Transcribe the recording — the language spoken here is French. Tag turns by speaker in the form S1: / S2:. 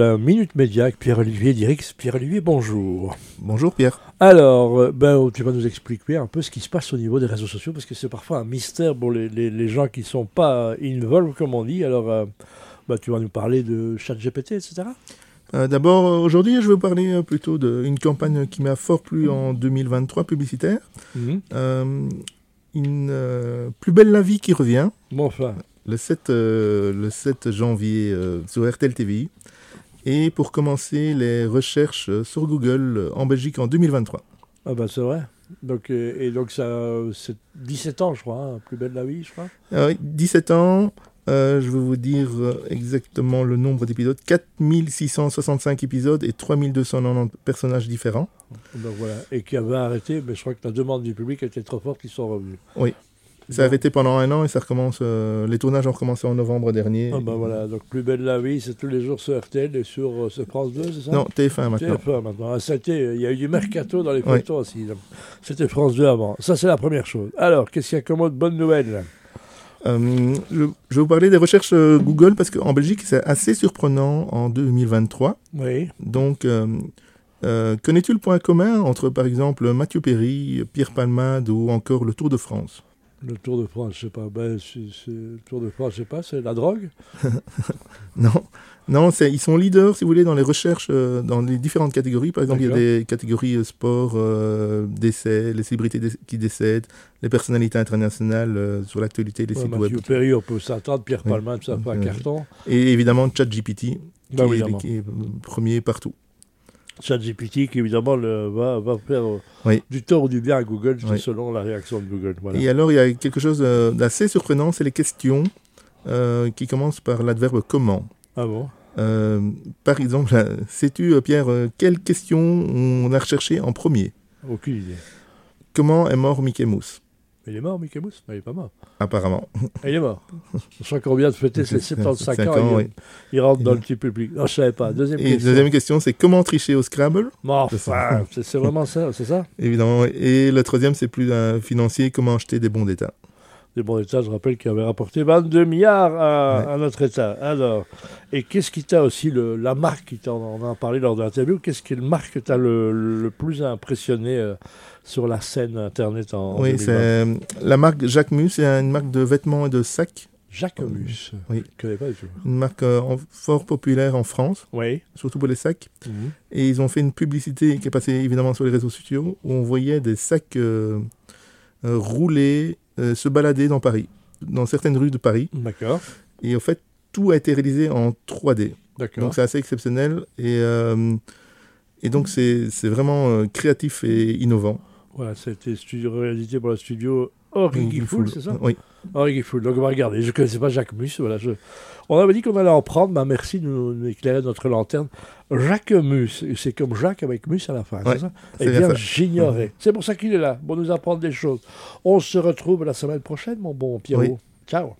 S1: La Ben, Minute Média avec Pierre-Olivier Dirix. Pierre-Olivier, bonjour.
S2: Bonjour Pierre.
S1: Alors, euh, ben, tu vas nous expliquer un peu ce qui se passe au niveau des réseaux sociaux, parce que c'est parfois un mystère pour les, les- les gens qui ne sont pas euh, involved, comme on dit. Alors, euh, ben, tu vas nous parler de ChatGPT, etc.
S2: Euh, D'abord, euh, aujourd'hui, je vais vous parler euh, plutôt d'une campagne qui m'a fort plu en 2023 publicitaire.
S1: Mhm.
S2: Euh, une euh, plus belle la vie qui revient
S1: Bon, enfin,
S2: le 7, euh, le 7 janvier euh, sur RTL TVI. Et pour commencer, les recherches euh, sur Google euh, en Belgique en 2023.
S1: ah ben, c'est vrai. Donc, euh, et donc, ça, euh, c'est 17 ans, je crois, hein, plus belle la vie, je crois.
S2: Euh, 17 ans, euh, je vais vous dire euh, exactement le nombre d'épisodes 4665 épisodes et 3290 personnages différents.
S1: Donc, voilà. Et qui avait arrêté, mais je crois que la demande du public était trop forte, ils sont revenus.
S2: Oui. Ça a
S1: Donc,
S2: arrêté pendant un an et ça recommence. euh, les tournages ont recommencé en novembre dernier.
S1: Ah ben voilà, donc plus belle la vie, c'est tous les jours sur RTL et sur euh, sur France 2, c'est ça
S2: Non, TF1 maintenant.
S1: TF1 maintenant. Ah, c'était- Il y a eu du mercato dans les photos aussi. C'était France 2 avant. Ça, c'est la première chose. Alors, qu'est-ce qu'il y a comme autre bonne nouvelle
S2: Euh, je, je vais vous parler des recherches euh, Google parce qu'en Belgique, c'est assez surprenant en 2023.
S1: Oui.
S2: Donc, euh, euh, connais-tu le point commun entre, par exemple, Mathieu Perry, Pierre Palmade ou encore le Tour de France
S1: Le Tour de France, je sais pas. Ben, c'est- c'est- le Tour de France, je sais pas, c'est la drogue
S2: Non, non, c'est- ils sont leaders, si vous voulez, dans les recherches, euh, dans les différentes catégories. Par exemple, il y a
S1: D'accord.
S2: des catégories euh, sport, euh, décès, les célébrités dé- qui décèdent, les personnalités internationales euh, sur l'actualité, les
S1: Ouais, bah,
S2: sites
S1: Mathieu
S2: web.
S1: Perry, on peut s'attendre. Pierre
S2: Oui.
S1: Palman, ça fait un
S2: Euh,
S1: carton.
S2: Et évidemment, ChatGPT,
S1: Ben,
S2: qui,
S1: évidemment.
S2: est- qui est premier partout.
S1: ChatGPT qui, évidemment, le- va, va faire euh,
S2: Oui.
S1: du tort ou du bien à Google,
S2: Oui.
S1: selon la réaction de Google. Voilà.
S2: Et alors, il y a quelque chose euh, d'assez surprenant, c'est les questions euh, qui commencent par l'adverbe comment.
S1: Ah bon
S2: Euh, par exemple, euh, sais-tu, euh, Pierre, euh, quelle question on a recherché en premier
S1: Aucune idée.
S2: Comment est mort Mickey Mouse
S1: Il est mort, Mickey Mouse Non, il est pas mort.
S2: Apparemment.
S1: Il est mort. Je crois qu'on vient de fêter ses 75 ans. il-
S2: oui.
S1: Il rentre dans le petit public. Non, je savais pas. Deuxième
S2: Et
S1: question.
S2: deuxième question, c'est comment tricher au Scrabble
S1: Mais enfin, c'est c'est vraiment ça, c'est ça
S2: Évidemment. Et le troisième, c'est plus un financier, comment acheter des bons d'État
S1: Des bons États, je rappelle, qui avaient rapporté 22 milliards à,
S2: Ouais.
S1: à notre État. Alors, et qu'est-ce qui t'a aussi, le, la marque, qui t'en- on en a parlé lors de l'interview, qu'est-ce qui est le marque que t'a le, le plus impressionné euh, sur la scène Internet en, en
S2: Oui,
S1: 2020?
S2: c'est euh, la marque Jacquemus, c'est une marque de vêtements et de sacs,
S1: Jacques Mus. Je
S2: Oui.
S1: ne connais pas du tout.
S2: une marque euh, en- fort populaire en France,
S1: Oui.
S2: surtout pour les sacs.
S1: Mhm.
S2: Et ils ont fait une publicité qui est passée évidemment sur les réseaux sociaux où on voyait des sacs euh, euh, rouler, euh, se balader dans Paris, dans certaines rues de Paris.
S1: D'accord.
S2: Et en fait, tout a été réalisé en 3D.
S1: D'accord.
S2: Donc c'est assez exceptionnel. Et, euh, et donc c'est c'est vraiment euh, créatif et innovant.
S1: Voilà, c'était studio réalisé par le studio Origiful, c'est ça
S2: Oui.
S1: Henri Foul, donc on va regarder. Je ne connaissais pas Jacques Mus. Voilà, je- On avait dit qu'on allait en prendre, mais merci de nous, nous éclairer notre lanterne. Jacques Mus, c'est comme Jacques avec Mus à la fin,
S2: Ouais,
S1: c'est ça
S2: c'est
S1: Eh
S2: bien
S1: bien,
S2: ça.
S1: j'ignorais. C'est pour ça qu'il est là, pour nous apprendre des choses. On se retrouve la semaine prochaine, mon bon Pierrot.
S2: Oui.
S1: Ciao